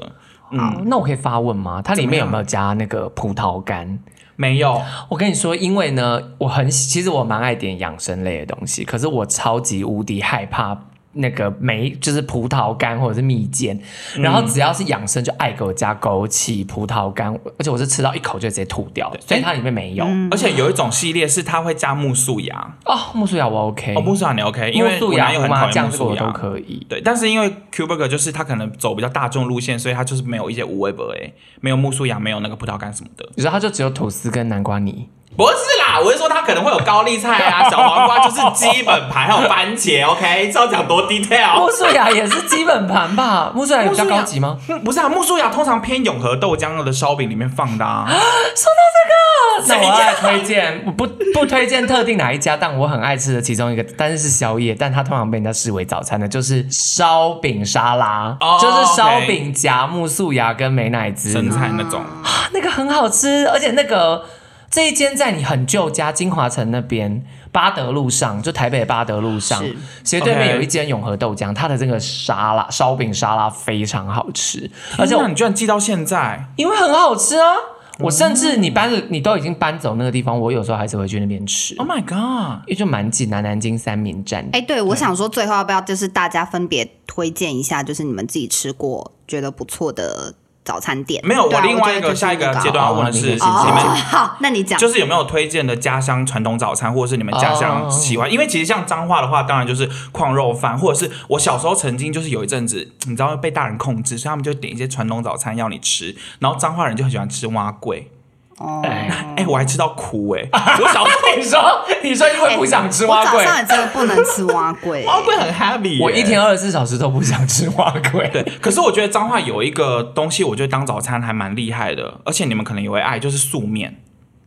Speaker 2: 好，那我可以发问吗？它里面有没有加那个葡萄干？
Speaker 3: 没有，
Speaker 2: 我跟你说，因为呢，我很喜其实我蛮爱点养生类的东西，可是我超级无敌害怕那个梅，就是葡萄干或者是蜜饯，
Speaker 3: 嗯
Speaker 2: 然后只要是养生就爱给我加枸杞、葡萄干，而且我是吃到一口就直接吐掉，所
Speaker 3: 哎
Speaker 2: 以它里面没有。
Speaker 3: 而且有一种系列是它会加木素芽，
Speaker 2: 哦，木薯芽我 OK，
Speaker 3: 哦，木素芽你 OK，因为
Speaker 2: 木薯
Speaker 3: 我男
Speaker 2: 芽、
Speaker 3: 友
Speaker 2: 胡
Speaker 3: 很
Speaker 2: 麻
Speaker 3: 讨厌
Speaker 2: 酱
Speaker 3: 木
Speaker 2: 这个
Speaker 3: 素
Speaker 2: 我都
Speaker 3: 芽。
Speaker 2: 可以。
Speaker 3: 对，但是因为 Q Burger 就是它可能走比较大众路线，所以它就是没有一些无味不味，没有木素芽，没有那个葡萄干什么的。
Speaker 2: 你知道它就只有吐司跟南瓜泥，
Speaker 3: 不是啦，我是说它可能会有高丽菜啊、小黄瓜，就是基本盘，还有番茄。OK，这要讲多 detail
Speaker 2: 哦木。薯芽也是基本盘吧？木薯芽有比较高级吗？
Speaker 3: 嗯不是啊，木薯芽通常偏永和豆浆的烧饼里面放的 *laughs* 啊。 *laughs*
Speaker 2: 那我爱推荐，我不不推荐特定哪一家，但我很爱吃的其中一个，但是是宵夜，但它通常被人家视为早餐的，就是烧饼沙拉，
Speaker 3: 哦
Speaker 2: 就是烧饼夹木素芽跟美乃滋，
Speaker 3: 生菜那 *laughs* 种，
Speaker 2: 啊那个很好吃，而且那个这一间在你很旧家金华城那边巴德路上，就台北巴德路上
Speaker 1: 是，
Speaker 2: 斜对面
Speaker 3: OK
Speaker 2: 有一间永和豆浆，它的这个沙拉烧饼沙拉非常好吃，而且
Speaker 3: 天
Speaker 2: 我
Speaker 3: 哪你居然记到现在，
Speaker 2: 因为很好吃啊。
Speaker 3: 嗯
Speaker 2: 我甚至你搬，你都已经搬走那个地方，我有时候还是会去那边吃，
Speaker 3: ！Oh my god！
Speaker 2: 因为就蛮近啊，南京三民站。
Speaker 1: 哎、对，我
Speaker 3: 嗯
Speaker 1: 想说最后要不要就是大家分别推荐一下，就是你们自己吃过觉得不错的早餐店。
Speaker 3: 没有，
Speaker 1: 对
Speaker 3: 我
Speaker 1: 啊
Speaker 3: 另外一
Speaker 1: 觉得
Speaker 3: 个
Speaker 1: 就是
Speaker 3: 下一个
Speaker 1: 那
Speaker 3: 阶段要问的是，
Speaker 2: 哦
Speaker 3: 你
Speaker 1: 哦，
Speaker 3: 们
Speaker 1: 好，那你讲，
Speaker 3: 就是有没有推荐的家乡传统早餐，或者是你们家乡喜
Speaker 2: 哦
Speaker 3: 欢？因为其实像彰化的话，当然就是矿肉饭，或者是我小时候曾经就是有一阵子，你知道被大人控制，所以他们就点一些传统早餐要你吃，然后彰化人就很喜欢吃蛙桂， *laughs*
Speaker 1: 哦
Speaker 2: 哎
Speaker 3: 哎、我还吃到哭
Speaker 2: *laughs*
Speaker 3: 哎、我小时候
Speaker 2: 你说，你说因为不想吃蛙
Speaker 1: 我
Speaker 2: 桂
Speaker 1: 早，上也真的不能吃蛙
Speaker 3: *laughs*。
Speaker 1: 桂
Speaker 3: 蛙桂哦很 happy，、
Speaker 2: *laughs* 我一。天二十四小时都不想吃蛙桂。
Speaker 3: 对，可是我觉得彰化有一个东西，我觉得当早餐还蛮厉害的，而且你们可能也会爱，就是素面。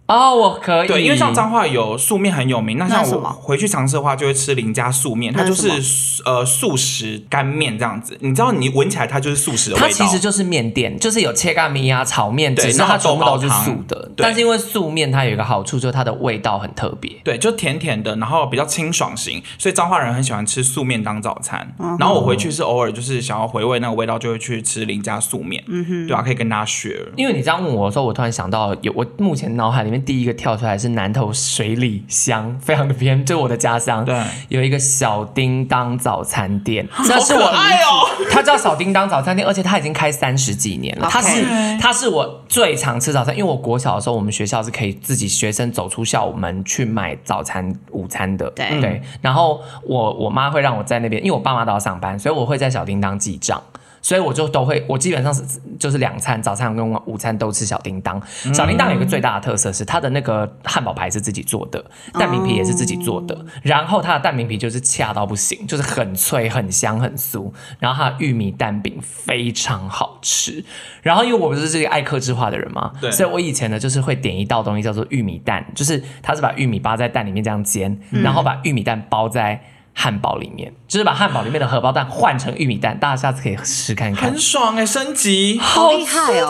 Speaker 2: 哦，我可以，
Speaker 3: 对，因为像彰化有素面很有名，那像
Speaker 1: 那是什
Speaker 3: 我
Speaker 1: 么
Speaker 3: 回去尝试的话，就会吃林家素面，它
Speaker 1: 那
Speaker 3: 就是
Speaker 1: 什么
Speaker 3: 是呃素食干面这样子。你知道，你闻起来它就是素食的味道。
Speaker 2: 它其实就是面店，就是有切干米啊、炒面，
Speaker 3: 对
Speaker 2: 只是它全部
Speaker 3: 然后
Speaker 2: 都
Speaker 3: 豆
Speaker 2: 是
Speaker 3: 包汤
Speaker 2: 素的。
Speaker 3: 对
Speaker 2: 但是因为素面它有一个好处，就是它的味道很特别。
Speaker 3: 对，就甜甜的，然后比较清爽型，所以彰化人很喜欢吃素面当早餐。然后我回去是偶尔就是想要回味那个味道，就会去吃林家素面。嗯哼，对啊，可以跟大家 share。
Speaker 2: 因为你这样问我的时候，我突然想到有我目前脑海里面第一个跳出来是南投水里乡，非常的偏，就是我的家乡。
Speaker 3: 对，
Speaker 2: 有一个小叮当早餐店，
Speaker 3: 好
Speaker 2: 那是
Speaker 3: 可
Speaker 2: 我
Speaker 3: 爱哦！
Speaker 2: 它叫小叮当早餐店，而且它已经开三十几年了。
Speaker 1: OK
Speaker 2: 它是它是我最常吃早餐，因为我国小的时候，我们学校是可以自己学生走出校门去买早餐、午餐的。
Speaker 1: 对
Speaker 2: 然后我我妈会让我在那边，因为我爸妈都要上班，所以我会在小叮当记账。所以我就都会，我基本上是就是两餐，早餐跟午餐都吃小叮当。小叮当有一个最大的特色是它的那个汉堡排是自己做的，蛋饼皮也是自己做的，然后它的蛋饼皮就是恰到不行，就是很脆、很香、很酥，然后它的玉米蛋饼非常好吃。然后因为我不是这个爱克制化的人嘛，
Speaker 3: 对
Speaker 2: 所以我以前呢就是会点一道东西叫做玉米蛋，就是它是把玉米扒在蛋里面这样煎，然后把玉米蛋包在。汉堡里面，就是把汉堡里面的荷包蛋换成玉米蛋，大家下次可以试看看
Speaker 3: 很。爽哎、升级。
Speaker 1: 好厉害哦！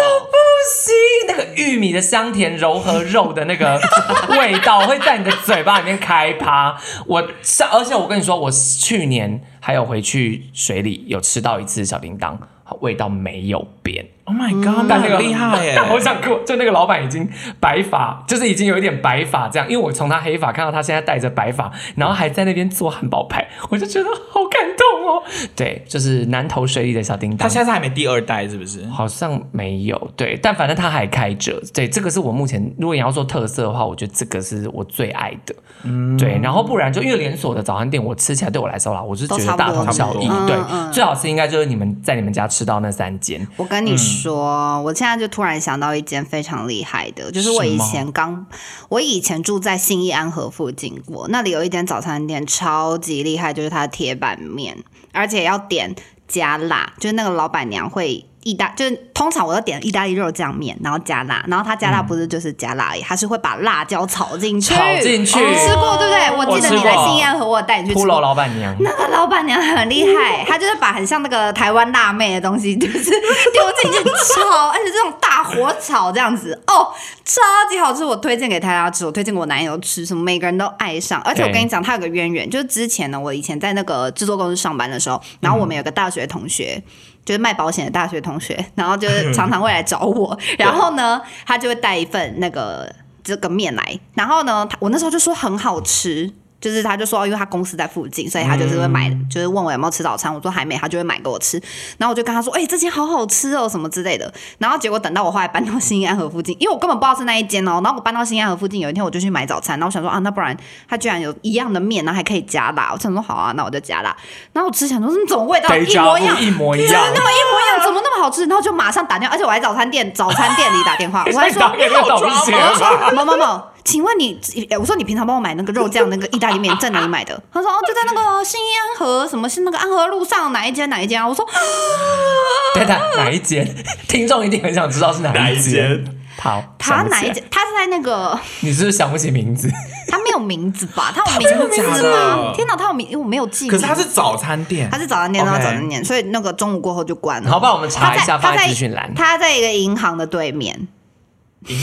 Speaker 2: 吸那个玉米的香甜柔 *laughs* 和肉的那个味道会在你的嘴巴里面开趴。我上，而且我跟你说，我去年还有回去水里有吃到一次小叮当，味道没有变。
Speaker 3: Oh my god，、那
Speaker 2: 但那个
Speaker 3: 很厉害哎、
Speaker 2: 嗯 *laughs* 但我想哭，就那个老板已经白发，就是已经有一点白发这样，因为我从他黑发看到他现在戴着白发，然后还在那边做汉堡排，我就觉得好感动哦。对，就是南投水里的小叮当
Speaker 3: 他。现在是还没第二代是不是？
Speaker 2: 好像没有，对，但反正它还开着，对，这个是我目前如果你要说特色的话，我觉得这个是我最爱的，
Speaker 3: 嗯
Speaker 2: 对，然后不然就因为连锁的早餐店，我吃起来对我来说啦，我是觉
Speaker 1: 都
Speaker 2: 得
Speaker 1: 差不
Speaker 2: 大
Speaker 1: 多
Speaker 2: 同小异
Speaker 3: 差
Speaker 1: 不，多
Speaker 2: 对，
Speaker 1: 嗯嗯
Speaker 2: 最好吃应该就是你们在你们家吃到那三间，
Speaker 1: 我跟你说，我现在就突然想到一间非常厉害的，就是我以前刚，我以前住在信义安和附近过，那里有一间早餐店超级厉害，就是它的铁板面，而且要点加辣，就是那个老板娘会。意大就是通常我都点意大利肉酱面，然后加辣，然后它加辣不是就是加辣而已，它是会把辣椒炒进去，
Speaker 2: 嗯
Speaker 1: 哦
Speaker 2: 炒进去
Speaker 1: 你吃过对不对？我记得
Speaker 2: 我吃
Speaker 1: 你来
Speaker 2: 过
Speaker 1: 信义安和，我有带你去吃
Speaker 2: 骷
Speaker 1: 过
Speaker 2: 髅老板娘，
Speaker 1: 那个老板娘很厉害，她就是把很像那个台湾辣妹的东西， *laughs* 就是丢进去炒，而且这种大火炒这样子，哦，超级好吃，我推荐给大家吃，我推荐给我男友吃，什么每个人都爱上。而且我
Speaker 2: 对
Speaker 1: 跟你讲，他有个渊源，就是之前呢，我以前在那个制作公司上班的时候，然后我们有个大学同学。就是卖保险的大学同学，然后就是常常会来找我，然后呢，他就会带一份那个这个面来，然后呢，他我那时候就说很好吃。就是他就说，哦因为他公司在附近，所以他就是会买，
Speaker 2: 嗯
Speaker 1: 就是问我有没有吃早餐，我说还没，他就会买给我吃。然后我就跟他说，哎、这间好好吃哦，什么之类的。然后结果等到我后来搬到新安河附近，因为我根本不知道是那一间哦。然后我搬到新安河附近，有一天我就去买早餐，然后我想说啊，那不然他居然有一样的面，然后还可以加辣，我想说好啊，那我就加辣。然后我吃起来说，嗯，怎么味道
Speaker 2: 得
Speaker 1: 一模一样？
Speaker 2: 哦一
Speaker 1: *laughs*
Speaker 2: 模一样，
Speaker 1: 那么一模一样，怎么那么好吃？然后就马上打电话，而且我还啊早餐店早餐店里打
Speaker 2: *laughs*
Speaker 1: 电话， *laughs* 我还
Speaker 2: 那
Speaker 1: 说
Speaker 2: 导演要道歉
Speaker 1: 我
Speaker 2: 了吧？
Speaker 1: 说某某某， *laughs* 请问你，诶我说你平常帮我买那个肉酱那个意大利面在哪里买的？他说哦，就在那个新义安和什么是那个安和路上哪一间哪一间啊？我说
Speaker 2: 等等，哪一
Speaker 1: *laughs*
Speaker 2: 间？听众一定很想知道是哪一
Speaker 3: 哪一
Speaker 2: 间
Speaker 3: 间。
Speaker 2: 好，
Speaker 1: 他
Speaker 2: 想不起
Speaker 1: 哪
Speaker 2: 来
Speaker 1: 一间？他是在那个
Speaker 2: 你是不是想不起名
Speaker 1: *laughs*
Speaker 2: 字？
Speaker 1: 他没有名字
Speaker 2: *laughs*
Speaker 1: 吧？他有名
Speaker 3: 真的假
Speaker 1: 字吗
Speaker 3: 的？
Speaker 1: 天哪，他有名，因为我没有记名。
Speaker 3: 可是它是早餐店，
Speaker 1: 他是早餐店，然后
Speaker 3: OK
Speaker 1: 早餐店，所以那个中午过后就关了。
Speaker 2: 好，帮我们查一下，
Speaker 1: 他
Speaker 2: 放
Speaker 1: 在
Speaker 2: 在
Speaker 1: 他
Speaker 2: 资讯栏。
Speaker 1: 他在一个银行的对面。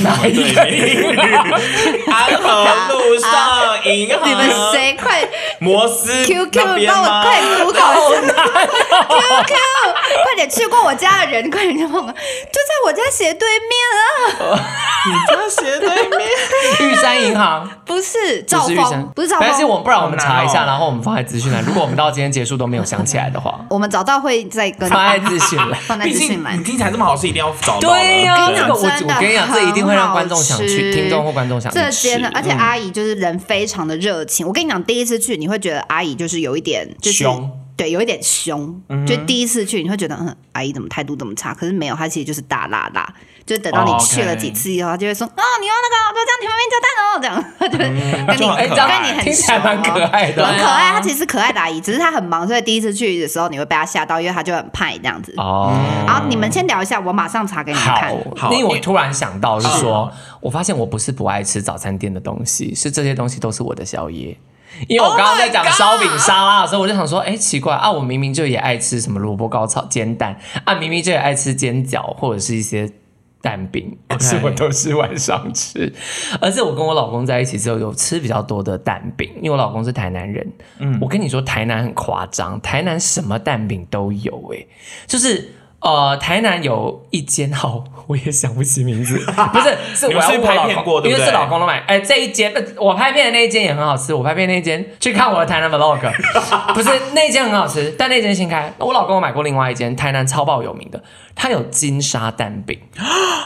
Speaker 2: 哪一个
Speaker 3: 安和路上银行，
Speaker 1: 你们谁
Speaker 2: *laughs*
Speaker 1: 快
Speaker 3: 摩斯那
Speaker 1: QQ
Speaker 3: 边
Speaker 1: 帮我
Speaker 3: 吗
Speaker 1: 快
Speaker 2: *laughs*
Speaker 1: Google 一下，QQ 快点去过我家的人，快点去帮我，就在我家斜对面啊！
Speaker 3: 这斜对面，
Speaker 2: 玉山银行
Speaker 1: 不是 *laughs*
Speaker 2: 不
Speaker 1: 赵
Speaker 2: 是玉山
Speaker 1: 峰，，不是赵
Speaker 2: 但是
Speaker 1: 峰，，
Speaker 2: 我们不然我们
Speaker 3: 好难
Speaker 2: 查一下，
Speaker 3: 哦
Speaker 2: 然后我们放在资讯栏。如果我们到今天结束都没有想起来的话
Speaker 1: *laughs* 我们找到会再跟
Speaker 2: 放在资讯
Speaker 1: *laughs*
Speaker 2: 栏。
Speaker 1: 放在
Speaker 3: 毕
Speaker 1: 资讯
Speaker 3: 竟
Speaker 1: 栏
Speaker 3: 你。听起来这么好吃，一定要找到了。
Speaker 2: 对呀、
Speaker 1: 跟你
Speaker 2: 哎
Speaker 1: 讲
Speaker 2: 这个我
Speaker 1: 啊真的
Speaker 2: 我跟你讲，这一定会让观众想
Speaker 1: 很好吃
Speaker 2: 去，听众或观众想去
Speaker 1: 这间呢，
Speaker 2: 吃嗯
Speaker 1: 而且阿姨就是人非常的热情。我跟你讲，第一次去你会觉得阿姨就是有一点就是
Speaker 2: 凶，嗯
Speaker 1: 对，有一点凶。就第一次去你会觉得，嗯，阿姨怎么态度这么差？可是没有，她其实就是大辣辣。就等到
Speaker 3: 哦
Speaker 1: 你
Speaker 3: ，OK
Speaker 1: 去了几次以后，她就会说，哦，你要那个豆浆甜面面加蛋哦，这样，她就 *laughs* 会跟你
Speaker 3: 那就很
Speaker 2: 哎，
Speaker 3: 可
Speaker 2: 这
Speaker 1: 跟
Speaker 2: 样
Speaker 1: 你很哦
Speaker 2: 听起来蛮可爱的。嗯
Speaker 1: 很可爱。她其实是可爱的阿姨，只是她很忙，所以第一次去的时候你会被她吓到，因为她就很派这样子。
Speaker 2: 哦，
Speaker 1: 然后你们先聊一下，我马上查给你们看。
Speaker 2: 好，因为我突然想到是说，我发现我不是不爱吃早餐店的东西，是这些东西都是我的宵夜。因为我刚刚在讲烧饼沙拉的时候，我就想说，哎，奇怪啊，我明明就也爱吃什么萝卜糕炒煎蛋啊，明明就也爱吃煎饺或者是一些蛋饼，可是 *laughs* 我都是晚上吃。而且我跟我老公在一起之后，有吃比较多的蛋饼，因为我老公是台南人。嗯，我跟你说，台南很夸张，台南什么蛋饼都有、欸，就是。呃，台南有一间好，我也想不起
Speaker 3: *laughs*
Speaker 2: 名字，不是，是我
Speaker 3: 你们
Speaker 2: 要
Speaker 3: 是
Speaker 2: 问我
Speaker 3: 拍
Speaker 2: 老
Speaker 3: 片
Speaker 2: 公
Speaker 3: 过对不
Speaker 2: 因为
Speaker 3: 对
Speaker 2: 是老公都买。哎、这一间呃我拍片的那一间也很好吃，我拍片那一间去看我的台南
Speaker 3: *laughs*
Speaker 2: vlog，不是那一间很好吃，但那间新开。我老公有买过另外一间台南超爆有名的，它有金沙蛋饼，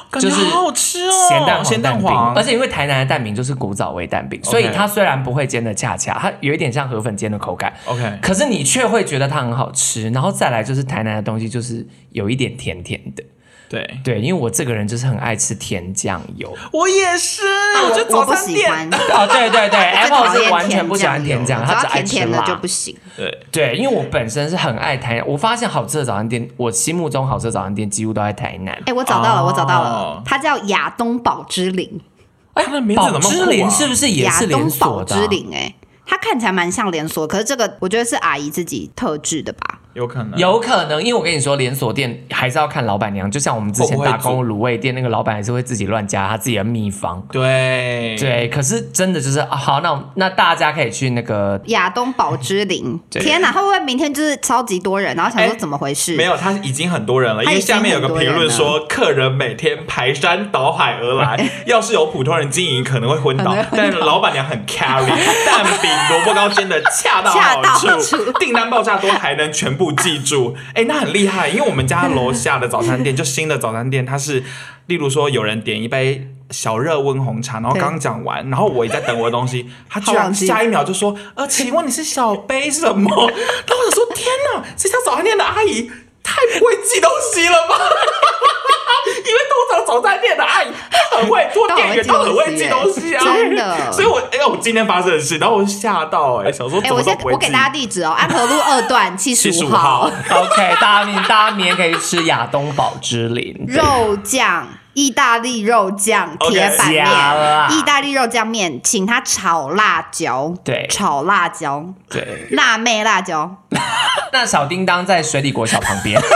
Speaker 3: 感觉
Speaker 2: 就是
Speaker 3: 好好吃哦，
Speaker 2: 咸蛋黄
Speaker 3: 咸
Speaker 2: 蛋
Speaker 3: 蛋
Speaker 2: 饼，
Speaker 3: 黄，
Speaker 2: 而且因为台南的蛋饼就是古早味蛋饼，所以它虽然不会煎的恰恰，它有一点像河粉煎的口感。
Speaker 3: OK
Speaker 2: 可是你却会觉得它很好吃，然后再来就是台南的东西，就是有一点甜甜的。
Speaker 3: 对
Speaker 2: 对，因为我这个人就是很爱吃甜酱油。
Speaker 3: 我也是，啊我觉得
Speaker 1: 我
Speaker 3: 早
Speaker 1: 不
Speaker 3: 餐
Speaker 1: 喜 *laughs*
Speaker 3: 店
Speaker 1: 欢。
Speaker 2: *laughs* 哦，对对 *laughs* 对
Speaker 1: 最
Speaker 2: ，Apple
Speaker 1: 讨
Speaker 2: 是
Speaker 1: 厌
Speaker 2: 完全不喜欢
Speaker 1: 甜
Speaker 2: 甜酱，
Speaker 1: 油
Speaker 2: 他
Speaker 1: 只
Speaker 2: 只
Speaker 1: 要
Speaker 2: 爱
Speaker 1: 甜
Speaker 2: 吃
Speaker 1: 甜的
Speaker 2: 辣。
Speaker 1: 就不行。
Speaker 3: 对，
Speaker 2: 对，因为我本身是很爱台南，我发现好吃的早餐店，我心目中好吃的早餐店几乎都在台南。
Speaker 1: 哎、我找到了，
Speaker 3: 哦
Speaker 1: 我找到了，它叫亚东堡之林，
Speaker 3: 哎，那名字
Speaker 2: 宝
Speaker 3: 怎么
Speaker 2: 芝林是不是也
Speaker 1: 亚
Speaker 2: 是连
Speaker 1: 东堡
Speaker 2: 锁的啊、
Speaker 1: 之林、哎，它看起来蛮像连锁，可是这个我觉得是阿姨自己特制的吧？
Speaker 3: 有可能？
Speaker 2: 有可能，因为我跟你说，连锁店还是要看老板娘。就像我们之前
Speaker 3: 会不会
Speaker 2: 打工卤味店，那个老板还是会自己乱加他自己的秘方。
Speaker 3: 对
Speaker 2: 对，可是真的就是、啊好，那那大家可以去那个
Speaker 3: *laughs*
Speaker 1: 亚东堡之林，
Speaker 2: 对
Speaker 1: 天哪，会不会明天就是超级多人？然后想说
Speaker 3: 哎
Speaker 1: 怎么回事？
Speaker 3: 没有，他已经很多人了，因
Speaker 1: 他
Speaker 3: 为
Speaker 1: 已经
Speaker 3: 下面有个评
Speaker 1: 很
Speaker 3: 论
Speaker 1: 多
Speaker 3: 说，客人每天排山倒海而
Speaker 1: *laughs*
Speaker 3: 来，要是有普通人经营可能会昏倒
Speaker 1: 可能，会
Speaker 3: 但老板娘很 carry，蛋
Speaker 1: *laughs*
Speaker 3: 饼、萝卜糕煎的恰到
Speaker 1: 恰
Speaker 3: 好
Speaker 1: 到好
Speaker 3: 处，订单爆炸多还能全部记住，哎，那很厉害。因为我们家楼下的早餐店，就新的早餐店，它是，例如说有人点一杯。小热温红茶，然后
Speaker 1: 对
Speaker 3: 刚讲完，然后我也在等我的
Speaker 1: *laughs*
Speaker 3: 东西，他居
Speaker 1: 好
Speaker 3: 然
Speaker 1: 忘记
Speaker 3: 啊下一秒就说：“呃，请问你是小杯什么？” *laughs* 然后我想说：“天哪，这家早餐店的阿姨太不会记东西了吧？” *laughs* 因为通常早餐店的阿姨她很会做店员，她
Speaker 1: 都很
Speaker 3: 很
Speaker 1: 会
Speaker 3: 会
Speaker 1: 记
Speaker 3: 记
Speaker 1: 东
Speaker 3: 东
Speaker 1: 西
Speaker 3: 西
Speaker 1: 耶
Speaker 3: 啊，
Speaker 1: 真的
Speaker 3: *laughs* 所以我哎、我今天发生的事，然后我就吓到哎、想说
Speaker 1: 哎、
Speaker 3: 怎
Speaker 1: 我
Speaker 3: 么都
Speaker 1: 先
Speaker 3: 不会
Speaker 1: 我给
Speaker 3: 记。
Speaker 1: 大家地址哦，安和路二段七十
Speaker 3: 75
Speaker 1: 五号
Speaker 3: 号
Speaker 2: OK，大家明大家明天可以吃亚东堡之林。
Speaker 1: 肉酱。意大利肉酱
Speaker 3: OK，
Speaker 1: 铁板面
Speaker 2: 加辣
Speaker 1: 意大利肉酱面，请它炒辣椒，
Speaker 2: 对
Speaker 1: 炒辣椒，
Speaker 2: 对，
Speaker 1: 辣妹辣椒，
Speaker 2: 那小叮当在水里国小旁边。 *laughs*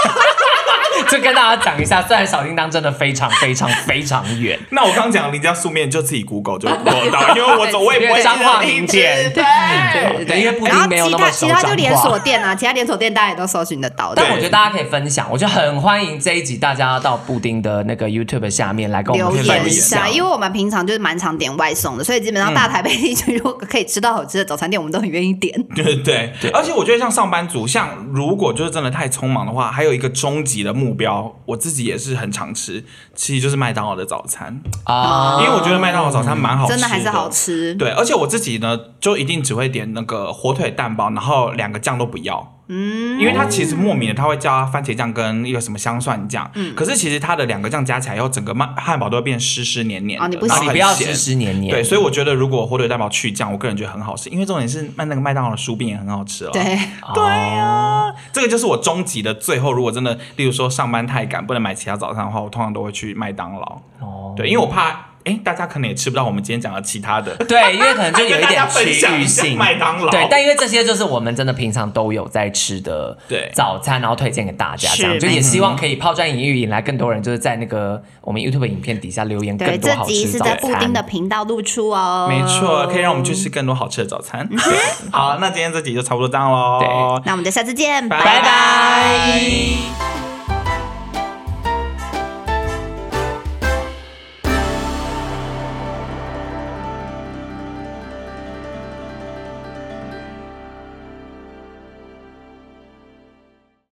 Speaker 2: 就跟大家讲一下，虽然小叮当真的非常非常非常远，
Speaker 3: 那我刚讲林家素面就自己 Google 就
Speaker 1: *laughs*
Speaker 3: Google 到，因为我走我也不会记得
Speaker 2: 彰化
Speaker 3: 地址
Speaker 2: 名店，
Speaker 1: 对
Speaker 2: 对，因为布
Speaker 1: 然后
Speaker 2: 哎丁没有
Speaker 1: 其
Speaker 2: 那
Speaker 1: 他
Speaker 2: 么
Speaker 1: 其
Speaker 2: 熟
Speaker 1: 他
Speaker 2: 彰
Speaker 1: 就
Speaker 2: 化
Speaker 1: 连锁店啊， *laughs* 其他连锁店大家也都搜寻得到。
Speaker 2: 但
Speaker 1: 对
Speaker 2: 我觉得大家可以分享，我就很欢迎这一集大家到布丁的那个 YouTube 下面来跟我
Speaker 1: 留
Speaker 2: 们
Speaker 1: 言
Speaker 2: 分
Speaker 1: 一下，
Speaker 2: 享，
Speaker 1: 因为我们平常就是蛮常点外送的，所以基本
Speaker 2: 嗯
Speaker 1: 上大台北地区如果可以吃到好吃的早餐店，我们都很愿意点。
Speaker 3: *laughs* 对对对，而且我觉得像上班族，像如果就是真的太匆忙的话，还有一个终极的目标，我自己也是很常吃，其实就是麦当劳的早餐，
Speaker 2: 啊
Speaker 3: 因为我觉得麦当劳早餐蛮好吃
Speaker 1: 真的还是好。吃。
Speaker 3: 对，而且我自己呢，就一定只会点那个火腿蛋包，然后两个酱都不要。嗯，因为它其实莫名的，它会加番茄酱跟一个什么香蒜酱。
Speaker 1: 嗯
Speaker 3: 可是其实它的两个酱加起来以后，整个麦汉堡都会变湿湿黏黏的。
Speaker 1: 哦你不
Speaker 3: 然
Speaker 2: 啊
Speaker 1: 喜
Speaker 3: 后
Speaker 2: 你
Speaker 3: 很
Speaker 2: 不要
Speaker 3: 咸
Speaker 2: 湿湿黏黏，
Speaker 3: 对，所以我觉得如果火腿蛋堡去酱，我个人觉得很好吃，因为重点是麦那个麦当劳的薯饼也很好吃了。哦
Speaker 1: 对，
Speaker 2: 对啊，
Speaker 3: 这个就是我终极的最后，如果真的，例如说上班太赶，不能买其他早餐的话，我通常都会去麦当劳。
Speaker 2: 哦
Speaker 3: 对，因为我怕，哎，大家可能也吃不到我们今天讲的其他的。
Speaker 2: *laughs* 对，因为可能就有
Speaker 3: 跟
Speaker 2: 一
Speaker 3: 大
Speaker 2: 点
Speaker 3: 家分
Speaker 2: 区
Speaker 3: 享
Speaker 2: 域
Speaker 3: 一下
Speaker 2: 性。
Speaker 3: 麦当劳。
Speaker 2: 对，但因为这些就是我们真的平常都有在吃的
Speaker 3: 对
Speaker 2: 早餐，然后推荐给大家，
Speaker 1: 是
Speaker 2: 这样就
Speaker 1: 没
Speaker 2: 也希望可以抛砖引玉，引来更多人就是在那个我们 YouTube 影片底下留言
Speaker 1: 对，
Speaker 2: 更多
Speaker 1: 这
Speaker 2: 好
Speaker 1: 集
Speaker 2: 吃
Speaker 1: 是
Speaker 2: 早
Speaker 1: 在
Speaker 2: 餐。
Speaker 1: 布丁的频道露出哦。
Speaker 3: 没错，可以让我们去吃更多好吃的早餐。好，那今天这集就差不多这样喽。
Speaker 2: 对
Speaker 1: 那我们就下次见，
Speaker 3: 拜
Speaker 2: 拜拜。